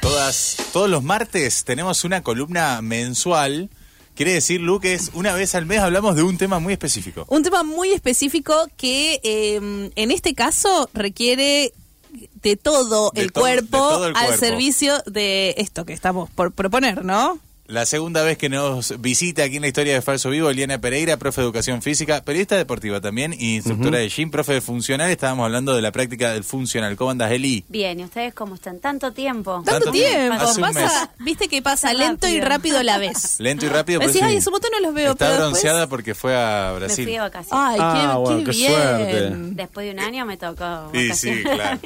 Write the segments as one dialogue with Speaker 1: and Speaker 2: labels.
Speaker 1: todas, todos los martes tenemos una columna mensual. Quiere decir, Lu, que es una vez al mes hablamos de un tema muy específico.
Speaker 2: Un tema muy específico que eh, en este caso requiere de todo,
Speaker 1: De
Speaker 2: el,
Speaker 1: todo- de
Speaker 2: cuerpo
Speaker 1: todo el
Speaker 2: al
Speaker 1: cuerpo.
Speaker 2: servicio de esto que estamos por proponer, ¿no?
Speaker 1: La segunda vez que nos visita aquí en la historia de Falso Vivo, Eliana Pereira, profe de educación física, periodista deportiva también y instructora de gym, profe de funcional. Estábamos hablando de la práctica del funcional. ¿Cómo andas, Eli?
Speaker 3: Bien, ¿y ustedes cómo están? Tanto tiempo.
Speaker 2: Tanto
Speaker 1: Tanto
Speaker 2: tiempo,
Speaker 1: tiempo, hace un
Speaker 2: pasa, viste que pasa
Speaker 3: Rápido.
Speaker 2: lento y rápido a la vez.
Speaker 1: Lento y rápido. pero
Speaker 2: Decís,
Speaker 1: sí.
Speaker 2: "Ay, hace un montón no los veo",
Speaker 1: Está
Speaker 2: pero después-
Speaker 1: bronceada porque fue a
Speaker 3: Me
Speaker 1: Brasil.
Speaker 3: fui de vacaciones.
Speaker 2: Ay,
Speaker 4: Ah,
Speaker 2: qué,
Speaker 4: bueno,
Speaker 2: qué
Speaker 4: qué
Speaker 2: bien.
Speaker 4: suerte.
Speaker 3: Después de un año me tocó.
Speaker 1: Sí, sí,
Speaker 3: vacaciones.
Speaker 1: claro.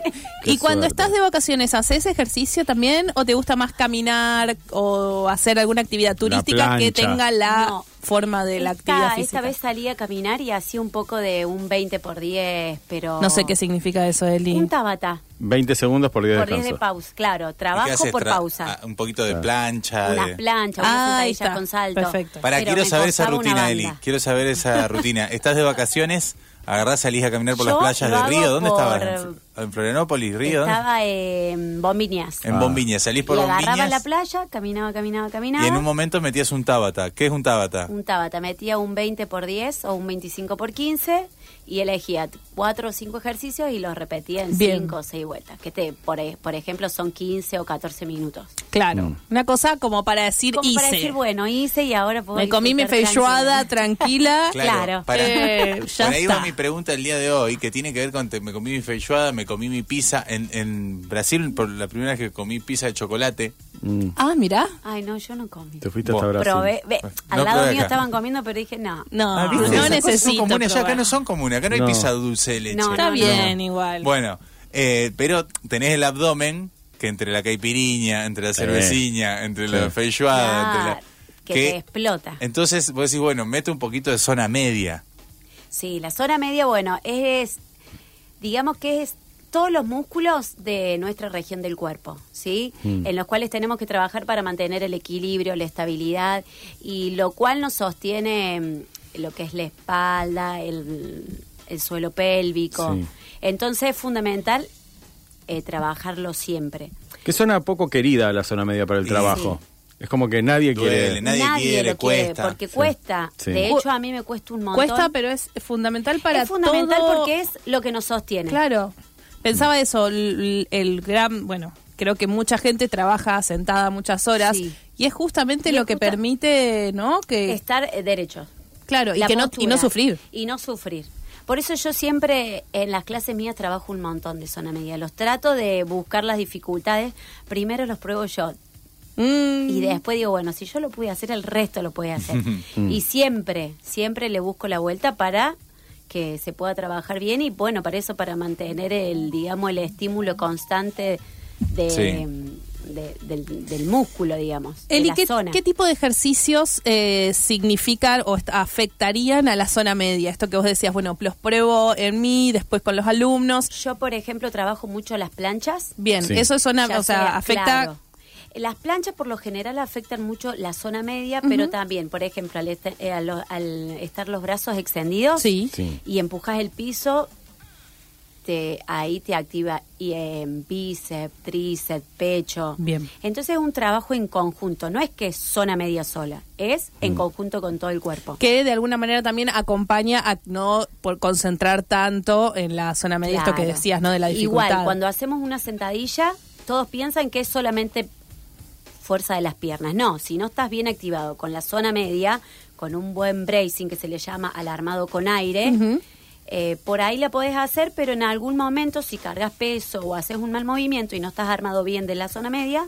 Speaker 4: Qué
Speaker 2: y cuando
Speaker 4: suerte.
Speaker 2: estás de vacaciones, ¿haces ejercicio también o te gusta más caminar o hacer alguna actividad turística que
Speaker 4: plancha.
Speaker 2: tenga la
Speaker 3: No.
Speaker 2: forma de la
Speaker 3: Esta-
Speaker 2: actividad
Speaker 3: Esta
Speaker 2: física?
Speaker 3: vez salí a caminar y hacía un poco de un 20 por 10, pero.
Speaker 2: No sé qué significa eso, Eli.
Speaker 3: Un tabata.
Speaker 4: 20 segundos por 10
Speaker 3: Por 10 de
Speaker 4: descansos.
Speaker 3: pausa, claro.
Speaker 1: ¿Y qué
Speaker 3: Trabajo
Speaker 1: haces?
Speaker 3: por
Speaker 1: Tra-
Speaker 3: pausa.
Speaker 1: ah, un poquito de plancha. de-
Speaker 3: Unas planchas,
Speaker 2: Ah,
Speaker 3: unas
Speaker 2: ahí
Speaker 3: sentadillas
Speaker 2: está.
Speaker 3: con salto.
Speaker 2: Perfecto.
Speaker 1: Para,
Speaker 3: Pero
Speaker 1: quiero
Speaker 3: me
Speaker 1: saber esa
Speaker 3: costaba una
Speaker 1: rutina,
Speaker 3: banda.
Speaker 1: Eli. Quiero saber esa rutina. ¿Estás de vacaciones? Agarrás, salís a caminar por
Speaker 3: Yo
Speaker 1: las playas
Speaker 3: lo
Speaker 1: de
Speaker 3: hago
Speaker 1: Río. ¿Dónde
Speaker 3: por-
Speaker 1: estabas? ¿En Fl- ¿En Florianópolis, Río? ¿Dónde?
Speaker 3: Estaba en Bombiñas.
Speaker 1: En Bombiñas. Salís por
Speaker 3: y agarraba
Speaker 1: Bombiñas.
Speaker 3: la playa, caminaba, caminaba, caminaba.
Speaker 1: Y en un momento metías un Tabata. ¿Qué es un Tabata?
Speaker 3: un tabata, metía un 20 por 10 o un 25 por 15 y elegía cuatro o cinco ejercicios y los repetía en
Speaker 2: Bien.
Speaker 3: cinco o seis vueltas, que te, por, e- por ejemplo son 15 o 14 minutos.
Speaker 2: Claro, una cosa como para decir
Speaker 3: Como
Speaker 2: hice.
Speaker 3: para decir, bueno, hice y ahora puedo
Speaker 2: Me comí mi
Speaker 3: disfrutar
Speaker 2: feijoada
Speaker 3: tranquila.
Speaker 2: tranquila.
Speaker 3: claro.
Speaker 1: para-
Speaker 2: Eh, ya
Speaker 1: por ahí
Speaker 2: está.
Speaker 1: va mi pregunta el día de hoy, que tiene que ver con te- me comí mi feijoada, me comí mi pizza en, en Brasil por la primera vez que comí pizza de chocolate.
Speaker 4: Mm,
Speaker 2: Ah, mirá.
Speaker 3: Ay, no, yo no comí.
Speaker 4: te fuiste
Speaker 1: Vos.
Speaker 4: hasta Brasil.
Speaker 3: Probé, ve, al
Speaker 1: No
Speaker 3: lado
Speaker 1: probé
Speaker 3: mío
Speaker 1: acá.
Speaker 3: estaban comiendo, pero dije, no.
Speaker 2: No,
Speaker 1: Ah, ¿viste?
Speaker 2: no
Speaker 1: Esas cosas son
Speaker 2: necesito.
Speaker 1: comunes, ya acá
Speaker 2: probar.
Speaker 1: no son comunes, acá no,
Speaker 4: No.
Speaker 1: hay pizza dulce de leche.
Speaker 3: No,
Speaker 2: Está
Speaker 3: no,
Speaker 2: bien, igual.
Speaker 1: Bueno, eh, pero tenés el abdomen que entre la caipiriña, entre la cerveciña, entre la
Speaker 4: Sí.
Speaker 1: feijoada, entre la-
Speaker 3: Claro, que te explota.
Speaker 1: Entonces vos decís, bueno, mete un poquito de zona media.
Speaker 3: Sí, la zona media, bueno, es, digamos que es todos los músculos de nuestra región del cuerpo, ¿sí?
Speaker 4: Mm.
Speaker 3: En los cuales tenemos que trabajar para mantener el equilibrio, la estabilidad, y lo cual nos sostiene mm, lo que es la espalda, el, el suelo pélvico.
Speaker 4: Sí.
Speaker 3: Entonces es fundamental eh, trabajarlo siempre.
Speaker 4: Que suena poco querida la zona media para el
Speaker 1: Sí.
Speaker 4: trabajo. Es como que nadie
Speaker 1: Duele,
Speaker 4: quiere.
Speaker 1: Nadie quiere,
Speaker 3: lo quiere,
Speaker 1: cuesta.
Speaker 3: porque cuesta.
Speaker 4: Sí.
Speaker 3: De hecho, a mí me cuesta un montón.
Speaker 2: Cuesta, pero es fundamental para
Speaker 3: es fundamental
Speaker 2: todo-
Speaker 3: porque es lo que nos sostiene.
Speaker 2: Claro. Pensaba eso, el, el gran, bueno, creo que mucha gente trabaja sentada muchas horas
Speaker 3: Sí.
Speaker 2: y es justamente
Speaker 3: Y
Speaker 2: lo
Speaker 3: es
Speaker 2: que
Speaker 3: justa-
Speaker 2: permite, ¿no? Que
Speaker 3: Estar eh, derecho.
Speaker 2: claro, y
Speaker 3: La
Speaker 2: que no y no
Speaker 3: postura.
Speaker 2: sufrir.
Speaker 3: Y no sufrir. Por eso yo siempre en las clases mías trabajo un montón de zona media. Los trato de buscar las dificultades. Primero los pruebo yo.
Speaker 2: Mm.
Speaker 3: Y después digo, bueno, si yo lo pude hacer, el resto lo puede hacer. y siempre, siempre le busco la vuelta para que se pueda trabajar bien y bueno, para eso, para mantener el, digamos, el estímulo constante de,
Speaker 1: Sí.
Speaker 3: de- del, del músculo, digamos. de
Speaker 2: Eli,
Speaker 3: la
Speaker 2: ¿qué,
Speaker 3: zona.
Speaker 2: qué tipo de ejercicios eh, significan o est- afectarían a la zona media? Esto que vos decías, bueno, los pruebo en mí, después con los alumnos.
Speaker 3: Yo, por ejemplo, trabajo mucho las planchas.
Speaker 2: Bien,
Speaker 4: Sí.
Speaker 2: eso es zona,
Speaker 3: Ya
Speaker 2: o sea,
Speaker 3: sea,
Speaker 2: afecta...
Speaker 3: claro. Las planchas por lo general afectan mucho la zona media, pero también, por ejemplo, al, este- eh, a lo- al estar los brazos extendidos
Speaker 2: Sí.
Speaker 4: Sí.
Speaker 3: y empujas el piso, te, ahí te activa y, em, bíceps, tríceps, pecho.
Speaker 2: Bien.
Speaker 3: Entonces es un trabajo en conjunto, no es que es zona media sola, es en conjunto con todo el cuerpo.
Speaker 2: que de alguna manera también acompaña a no por concentrar tanto en la zona media, esto que
Speaker 3: Claro.
Speaker 2: decías, ¿no? De la dificultad.
Speaker 3: Igual, cuando hacemos una sentadilla, todos piensan que es solamente fuerza de las piernas. No, si no estás bien activado con la zona media, con un buen bracing que se le llama alarmado con aire, eh, por ahí la podés hacer, pero en algún momento si cargas peso o haces un mal movimiento y no estás armado bien de la zona media,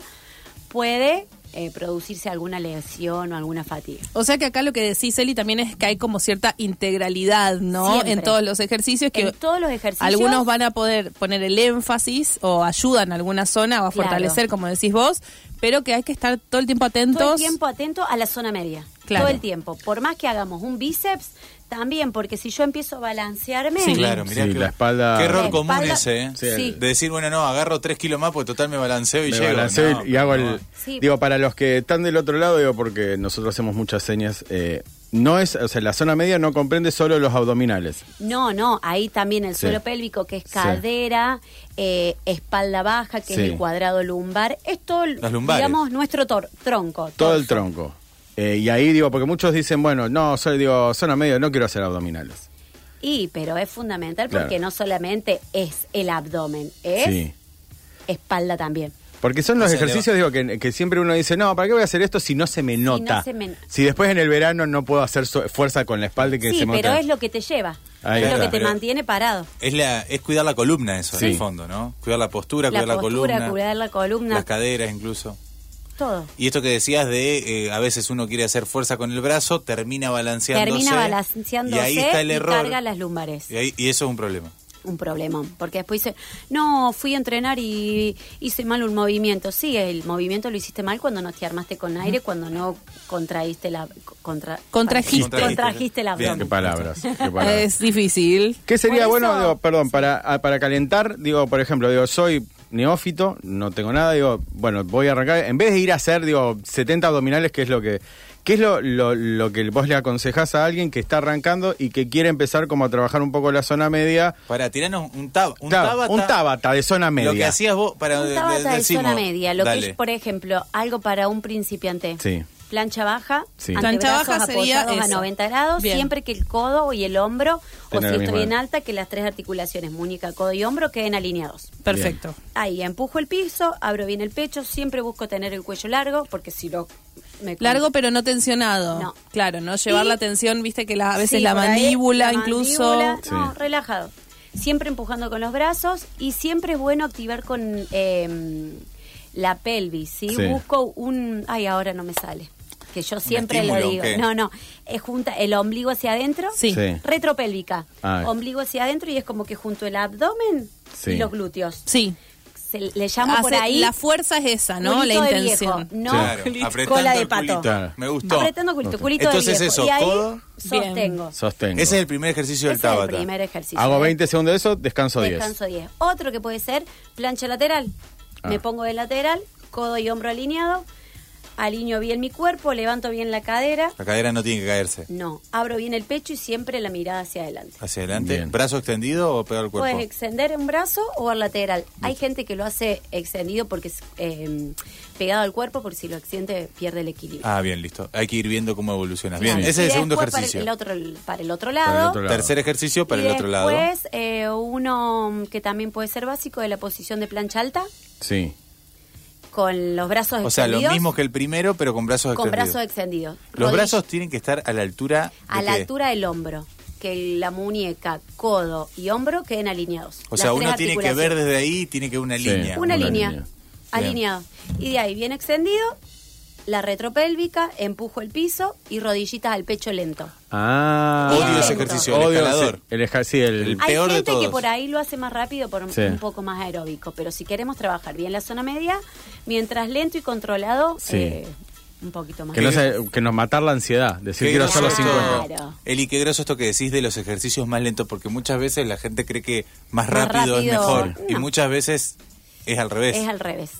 Speaker 3: puede eh, producirse alguna lesión o alguna fatiga.
Speaker 2: O sea que acá lo que decís, Eli, también es que hay como cierta integralidad, ¿no?
Speaker 3: Siempre.
Speaker 2: En todos los ejercicios que
Speaker 3: En todos los ejercicios.
Speaker 2: algunos van a poder poner el énfasis o ayudan a alguna zona o a
Speaker 3: Claro.
Speaker 2: fortalecer, como decís vos, pero que hay que estar todo el tiempo atentos.
Speaker 3: Todo el tiempo atento a la zona media.
Speaker 2: Claro.
Speaker 3: Todo el tiempo. Por más que hagamos un bíceps, también, porque si yo empiezo a balancearme.
Speaker 2: Sí.
Speaker 1: Claro, mirá
Speaker 4: Sí,
Speaker 1: que-
Speaker 4: la espalda-
Speaker 1: Qué error
Speaker 3: La
Speaker 1: común
Speaker 3: espalda-
Speaker 1: ese, ¿eh?
Speaker 3: Sí.
Speaker 1: De decir, bueno, no, agarro tres kilos más porque total me balanceo y
Speaker 4: Me
Speaker 1: llego.
Speaker 4: balanceo y-
Speaker 1: No,
Speaker 4: y hago
Speaker 1: no.
Speaker 4: el.
Speaker 3: Sí.
Speaker 4: Digo, para los que están del otro lado, digo, porque nosotros hacemos muchas señas eh, No es, o sea, la zona media no comprende solo los abdominales.
Speaker 3: No, no, ahí también el
Speaker 4: Sí.
Speaker 3: suelo pélvico, que es
Speaker 4: Sí.
Speaker 3: cadera, eh, espalda baja, que
Speaker 4: Sí.
Speaker 3: es el cuadrado lumbar. Es todo, el-
Speaker 1: Las lumbares.
Speaker 3: digamos, nuestro tor- tronco.
Speaker 4: Todo el
Speaker 3: torso.
Speaker 4: tronco. Eh, y ahí digo, porque muchos dicen, bueno, no, soy, digo, zona media, no quiero hacer abdominales.
Speaker 3: Y, pero es fundamental
Speaker 4: Claro.
Speaker 3: porque no solamente es el abdomen, es
Speaker 4: Sí.
Speaker 3: espalda también.
Speaker 4: Porque son
Speaker 1: O
Speaker 4: los
Speaker 1: sea,
Speaker 4: ejercicios, digo, que, que siempre uno dice, no, ¿para qué voy a hacer esto si no se me
Speaker 3: no
Speaker 4: nota?
Speaker 3: se me-
Speaker 4: Si después en el verano no puedo hacer so- fuerza con la espalda y que
Speaker 3: sí,
Speaker 4: se me
Speaker 3: pero
Speaker 4: nota.
Speaker 3: es lo que te lleva.
Speaker 4: Ahí
Speaker 3: es
Speaker 4: está.
Speaker 3: lo que te
Speaker 1: Pero-
Speaker 3: mantiene parado.
Speaker 1: Es, la, es cuidar la columna eso, en
Speaker 4: Sí.
Speaker 1: el fondo, ¿no? Cuidar la postura,
Speaker 3: La
Speaker 1: cuidar la
Speaker 3: postura,
Speaker 1: columna.
Speaker 3: cuidar la columna.
Speaker 1: Las caderas incluso.
Speaker 3: Todo.
Speaker 1: Y esto que decías de eh, a veces uno quiere hacer fuerza con el brazo, termina balanceándose.
Speaker 3: Termina balanceándose
Speaker 1: Y ahí está el
Speaker 3: y
Speaker 1: error.
Speaker 3: carga las lumbares.
Speaker 1: Y ahí- y eso es un problema.
Speaker 3: un problema. Porque después dice, no, fui a entrenar y hice mal un movimiento. Sí, el movimiento lo hiciste mal cuando no te armaste con aire, cuando no contraíste la... Contra,
Speaker 2: Contrajiste.
Speaker 3: Contrajiste el
Speaker 1: Bien.
Speaker 3: abdomen.
Speaker 4: Qué palabras, qué palabras.
Speaker 2: Es difícil.
Speaker 4: ¿Qué sería
Speaker 3: Por
Speaker 4: bueno,
Speaker 3: eso-
Speaker 4: digo, perdón, para, a- para calentar, digo, por ejemplo, digo, soy neófito, no tengo nada, digo, bueno, voy a arrancar, en vez de ir a hacer, digo, 70 abdominales, que es lo que, ¿qué es lo, lo, lo que vos le aconsejás a alguien que está arrancando y que quiere empezar como a trabajar un poco la zona media?
Speaker 1: Para tirarnos un, tab, un
Speaker 4: Claro,
Speaker 1: tabata.
Speaker 4: un tabata de zona media.
Speaker 1: Lo que hacías vos para
Speaker 3: Un
Speaker 1: de-
Speaker 3: tabata
Speaker 1: de-
Speaker 3: de
Speaker 1: decimos,
Speaker 3: zona media. Lo
Speaker 1: dale.
Speaker 3: que es, por ejemplo, algo para un principiante.
Speaker 4: Sí.
Speaker 3: Plancha baja,
Speaker 4: Sí.
Speaker 2: Plancha
Speaker 3: antebrazos
Speaker 2: baja sería
Speaker 3: apoyados a
Speaker 2: eso.
Speaker 3: 90 grados,
Speaker 2: Bien.
Speaker 3: siempre que el codo y el hombro,
Speaker 4: Tener
Speaker 3: o
Speaker 4: la
Speaker 3: si estoy
Speaker 4: misma-
Speaker 3: bien alta, que las tres articulaciones, muñeca, codo y hombro, queden alineados.
Speaker 2: Perfecto.
Speaker 3: Ahí empujo el piso, abro bien el pecho, siempre busco tener el cuello largo, porque si lo... me-
Speaker 2: Largo pero no tensionado.
Speaker 3: No.
Speaker 2: Claro, no llevar
Speaker 3: Y-
Speaker 2: la tensión, viste que la- a veces
Speaker 3: Sí,
Speaker 2: la
Speaker 3: por ahí,
Speaker 2: mandíbula
Speaker 3: la
Speaker 2: incluso.
Speaker 3: mandíbula, no,
Speaker 4: Sí.
Speaker 3: relajado. Siempre empujando con los brazos y siempre es bueno activar con eh, la pelvis, ¿sí?
Speaker 4: Sí.
Speaker 3: Busco un... Ay, ahora no me sale. Que yo siempre lo
Speaker 1: estímulo,
Speaker 3: digo.
Speaker 1: ¿o qué?
Speaker 3: No, no. Es junta el ombligo hacia adentro.
Speaker 2: Sí.
Speaker 4: Sí.
Speaker 3: Retropélvica.
Speaker 4: Ah.
Speaker 3: Ombligo hacia adentro y es como que junto el abdomen
Speaker 4: Sí.
Speaker 3: y los glúteos.
Speaker 2: Sí.
Speaker 3: Se, le llamo por
Speaker 2: Hace-
Speaker 3: ahí...
Speaker 2: La fuerza es esa, Ah, ¿no? La
Speaker 3: culito de
Speaker 2: intención.
Speaker 3: viejo, No,
Speaker 4: Claro,
Speaker 3: culito-
Speaker 1: apretando
Speaker 3: cola de
Speaker 1: el
Speaker 3: pato.
Speaker 1: culito. Me gustó.
Speaker 3: Apretando culito, culito de
Speaker 1: Entonces
Speaker 3: viejo.
Speaker 1: eso,
Speaker 3: y ahí
Speaker 1: codo.
Speaker 3: sostengo.
Speaker 4: Sostengo.
Speaker 1: Ese es el primer ejercicio del
Speaker 3: Ese es el
Speaker 1: tabata.
Speaker 3: primer ejercicio. ¿eh?
Speaker 4: Hago 20 segundos de eso, descanso 10.
Speaker 3: Descanso 10. Otro que puede ser plancha lateral.
Speaker 4: Ah.
Speaker 3: Me pongo de lateral, codo y hombro alineado, alineo bien mi cuerpo, levanto bien la cadera.
Speaker 1: La cadera no tiene que caerse.
Speaker 3: No, abro bien el pecho y siempre la mirada hacia adelante.
Speaker 1: Hacia adelante.
Speaker 4: Bien.
Speaker 1: ¿Brazo extendido o pegado al cuerpo?
Speaker 3: Puedes extender un brazo o al lateral. Hay gente que lo hace extendido porque es eh, pegado al cuerpo, porque si lo extiende pierde el equilibrio.
Speaker 1: Ah, bien, listo. Hay que ir viendo cómo evolucionas. Bien,
Speaker 3: Claro.
Speaker 1: ese es
Speaker 3: Y
Speaker 1: el segundo
Speaker 3: después
Speaker 1: ejercicio.
Speaker 3: Para el otro, para el otro
Speaker 4: el
Speaker 3: lado.
Speaker 4: otro lado.
Speaker 1: Tercer ejercicio para
Speaker 3: y
Speaker 1: el otro lado.
Speaker 3: Después, eh, uno que también puede ser básico de la posición de plancha alta,
Speaker 4: Sí.
Speaker 3: con los brazos
Speaker 1: O sea, lo
Speaker 3: extendidos.
Speaker 1: mismo que el primero, pero con brazos
Speaker 3: con
Speaker 1: extendidos.
Speaker 3: brazos extendidos.
Speaker 1: Los
Speaker 3: Rodilla-
Speaker 1: brazos tienen que estar a la altura.
Speaker 3: a
Speaker 1: de
Speaker 3: la
Speaker 1: qué?
Speaker 3: altura del hombro, que la muñeca, codo y hombro queden alineados.
Speaker 1: O sea,
Speaker 3: Las tres
Speaker 1: uno tiene que ver
Speaker 3: articulaciones.
Speaker 1: desde ahí, tiene que una
Speaker 4: Sí.
Speaker 1: línea.
Speaker 3: una,
Speaker 4: Una
Speaker 3: línea,
Speaker 4: línea.
Speaker 3: alineado. Y de ahí bien extendido, la retropélvica, empujo el piso y rodillitas al pecho lento.
Speaker 4: Ah.
Speaker 1: Odio
Speaker 3: ese ejercicio,
Speaker 1: el
Speaker 4: Odio,
Speaker 1: escalador.
Speaker 4: sí, El, esca- sí, el-
Speaker 1: El-
Speaker 3: Hay
Speaker 1: peor de
Speaker 3: gente que
Speaker 1: todos.
Speaker 3: por ahí lo hace más rápido, por un-
Speaker 4: Sí.
Speaker 3: un poco más aeróbico, pero si queremos trabajar bien la zona media, mientras lento y controlado,
Speaker 4: Sí.
Speaker 3: eh, un poquito más.
Speaker 4: que, no se- que nos matar la ansiedad. Decir
Speaker 1: Qué
Speaker 4: quiero hacer los
Speaker 1: groso
Speaker 4: 50.
Speaker 1: esto,
Speaker 3: Claro.
Speaker 1: Eli, qué groso esto que decís de los ejercicios más lentos, porque muchas veces la gente cree que más
Speaker 3: Más
Speaker 1: rápido, es
Speaker 3: rápido.
Speaker 1: mejor. Y
Speaker 3: No.
Speaker 1: muchas veces es al revés.
Speaker 3: es
Speaker 1: Es,
Speaker 3: al revés.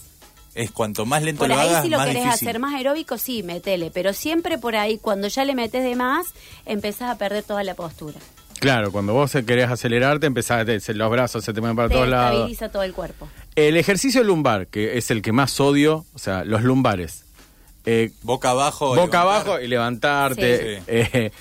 Speaker 1: cuanto más lento
Speaker 3: Por
Speaker 1: lo
Speaker 3: ahí
Speaker 1: hagas,
Speaker 3: si lo
Speaker 1: más
Speaker 3: querés
Speaker 1: difícil.
Speaker 3: hacer más aeróbico, sí, metele. Pero siempre por ahí, cuando ya le metes de más, empezás a perder toda la postura.
Speaker 4: Claro, cuando vos querés acelerarte, empezás, te- se- los brazos se te mueven para
Speaker 3: Te
Speaker 4: todos lados.
Speaker 3: estabiliza todo el cuerpo.
Speaker 4: El ejercicio lumbar, que es el que más odio, o sea, los lumbares. Eh,
Speaker 1: Boca abajo.
Speaker 4: boca
Speaker 1: levantar.
Speaker 4: abajo y levantarte.
Speaker 1: Sí.
Speaker 4: Eh,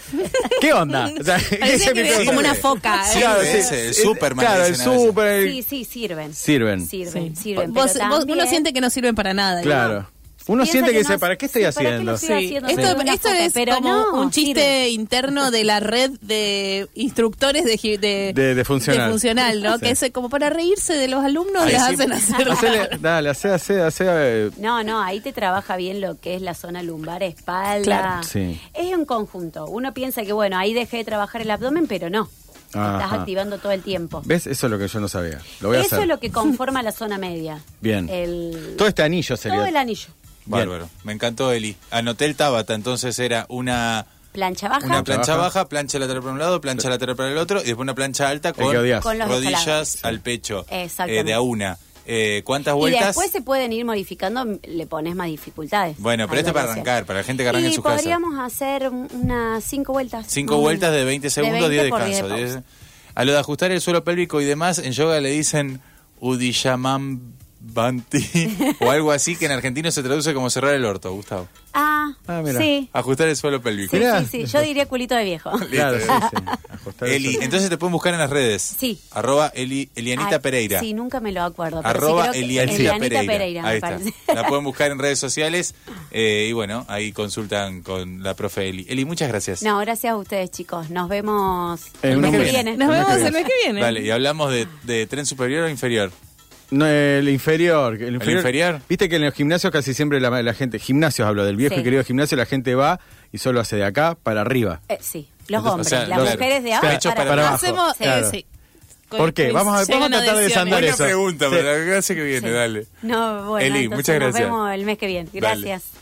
Speaker 4: ¿Qué onda? O sea, ¿qué
Speaker 2: Parecía
Speaker 4: se
Speaker 2: que
Speaker 4: me
Speaker 2: era
Speaker 4: ocurre?
Speaker 2: como una foca.
Speaker 1: Sí,
Speaker 2: ¿eh?
Speaker 1: Claro,
Speaker 4: sí,
Speaker 1: ese, el
Speaker 4: sí,
Speaker 1: Superman
Speaker 4: Claro,
Speaker 1: le
Speaker 4: el
Speaker 1: dicen a veces.
Speaker 4: super. el-
Speaker 3: Sí, sí, sirven.
Speaker 4: Sirven.
Speaker 3: Sirven,
Speaker 2: Sí.
Speaker 3: sirven.
Speaker 2: Vos-
Speaker 3: pero
Speaker 2: vos- uno
Speaker 3: también
Speaker 2: siente que no sirven para nada. ¿no?
Speaker 4: Claro. Uno
Speaker 3: piensa
Speaker 4: siente que,
Speaker 3: que
Speaker 4: dice,
Speaker 3: no-
Speaker 4: ¿para qué estoy
Speaker 3: sí, ¿para qué
Speaker 4: haciendo?
Speaker 3: lo estoy
Speaker 2: Sí.
Speaker 3: haciendo
Speaker 2: Esto,
Speaker 3: solo una
Speaker 2: esto
Speaker 3: foca,
Speaker 2: es
Speaker 3: pero
Speaker 2: como
Speaker 3: no,
Speaker 2: un chiste
Speaker 3: sirve.
Speaker 2: interno de la red de instructores de gi- de,
Speaker 4: De- de funcional.
Speaker 2: funcional, ¿no?
Speaker 4: Sí.
Speaker 2: Que es eh, como para reírse de los alumnos
Speaker 1: Ahí
Speaker 2: les
Speaker 1: sí.
Speaker 2: hacen hacer
Speaker 4: Hacele- dale, hace, hace, hace. eh,
Speaker 3: No, no, ahí te trabaja bien lo que es la zona lumbar, espalda.
Speaker 2: Claro.
Speaker 4: Sí.
Speaker 3: Es un conjunto. Uno piensa que, bueno, ahí dejé de trabajar el abdomen, pero no. Estás
Speaker 4: Ajá.
Speaker 3: activando todo el tiempo.
Speaker 4: ¿Ves? Eso es lo que yo no sabía. Lo voy a
Speaker 3: Eso
Speaker 4: hacer.
Speaker 3: es lo que conforma la zona media.
Speaker 4: Bien.
Speaker 3: El-
Speaker 4: Todo este anillo sería.
Speaker 3: todo el anillo.
Speaker 1: Bárbaro. Me encantó, Eli. Anoté el Tabata, entonces era una,
Speaker 3: Plancha baja.
Speaker 1: una plancha
Speaker 4: Baja.
Speaker 1: baja, plancha lateral para un lado, plancha lateral para el otro, y después una plancha alta
Speaker 4: que
Speaker 1: con
Speaker 4: odias.
Speaker 3: Con los
Speaker 1: rodillas
Speaker 3: escalados.
Speaker 1: al pecho. eh,
Speaker 3: Exactamente.
Speaker 1: de a una. eh, cuántas
Speaker 3: Y
Speaker 1: vueltas.
Speaker 3: después se pueden ir modificando, le pones más dificultades.
Speaker 1: Bueno, pero
Speaker 3: a
Speaker 1: esto
Speaker 3: la
Speaker 1: es para
Speaker 3: ecuación.
Speaker 1: arrancar, para la gente que arranca
Speaker 3: y
Speaker 1: en su casa.
Speaker 3: podríamos hacer un- unas cinco vueltas.
Speaker 1: Cinco
Speaker 3: Más o
Speaker 1: vueltas
Speaker 3: menos.
Speaker 1: de 20 segundos,
Speaker 3: 20
Speaker 1: 10
Speaker 3: Mm, por
Speaker 1: descansos.
Speaker 3: 10
Speaker 1: 10. A lo de ajustar el suelo pélvico y demás, en yoga le dicen Banti o algo así que en argentino se traduce como cerrar el orto, Gustavo.
Speaker 3: pausa. Ah,
Speaker 4: Ah, mira.
Speaker 3: sí.
Speaker 1: Ajustar el suelo pélvico.
Speaker 3: Sí,
Speaker 4: Mirá.
Speaker 3: sí, sí. Yo diría culito de viejo.
Speaker 4: Claro, sí, sí. Ajustar eso.
Speaker 1: Eli, entonces te pueden buscar en las redes.
Speaker 3: Sí.
Speaker 1: Arroba Eli- Elianita
Speaker 3: Ay,
Speaker 1: Pereira.
Speaker 3: Ah, Sí, nunca me lo acuerdo. pero sí
Speaker 1: Arroba
Speaker 3: creo que-
Speaker 1: Elianita,
Speaker 3: Elianita
Speaker 1: Pereira.
Speaker 3: Pereira,
Speaker 1: ahí
Speaker 3: me
Speaker 1: está.
Speaker 3: parece.
Speaker 1: La pueden buscar en redes sociales eh, y bueno, ahí consultan con la profe Eli. Eli, muchas gracias.
Speaker 3: No, gracias a ustedes, chicos. Nos vemos
Speaker 4: El
Speaker 3: el mes
Speaker 4: lunes
Speaker 3: que
Speaker 1: que viene.
Speaker 3: viene.
Speaker 2: Nos
Speaker 4: Una
Speaker 2: vemos
Speaker 4: que
Speaker 2: el mes que viene.
Speaker 1: Vale, y hablamos de, de tren superior o inferior.
Speaker 4: No, el inferior. El inferior.
Speaker 1: inferior?
Speaker 4: Viste que en los gimnasios casi siempre la, la gente, gimnasios hablo del viejo
Speaker 3: Sí.
Speaker 4: y querido gimnasio, la gente va y solo hace de acá para arriba.
Speaker 3: Eh, sí, los
Speaker 1: Entonces,
Speaker 3: hombres,
Speaker 1: o sea,
Speaker 3: las
Speaker 1: los-
Speaker 3: mujeres de ahora
Speaker 1: pechos para
Speaker 3: atrás.
Speaker 4: abajo.
Speaker 2: Hacemos, eh,
Speaker 4: Claro.
Speaker 2: sí. Co-
Speaker 4: ¿Por qué? Vamos a-
Speaker 2: llegan
Speaker 4: vamos a tratar de
Speaker 2: adhesiones.
Speaker 4: desandar
Speaker 1: Buena
Speaker 4: eso.
Speaker 1: pregunta,
Speaker 4: Sí.
Speaker 1: pero la gracia que viene,
Speaker 3: Sí.
Speaker 1: dale.
Speaker 3: No, bueno,
Speaker 1: Eli,
Speaker 3: entonces
Speaker 1: muchas gracias.
Speaker 3: nos vemos el mes que viene.
Speaker 1: Dale.
Speaker 3: Gracias.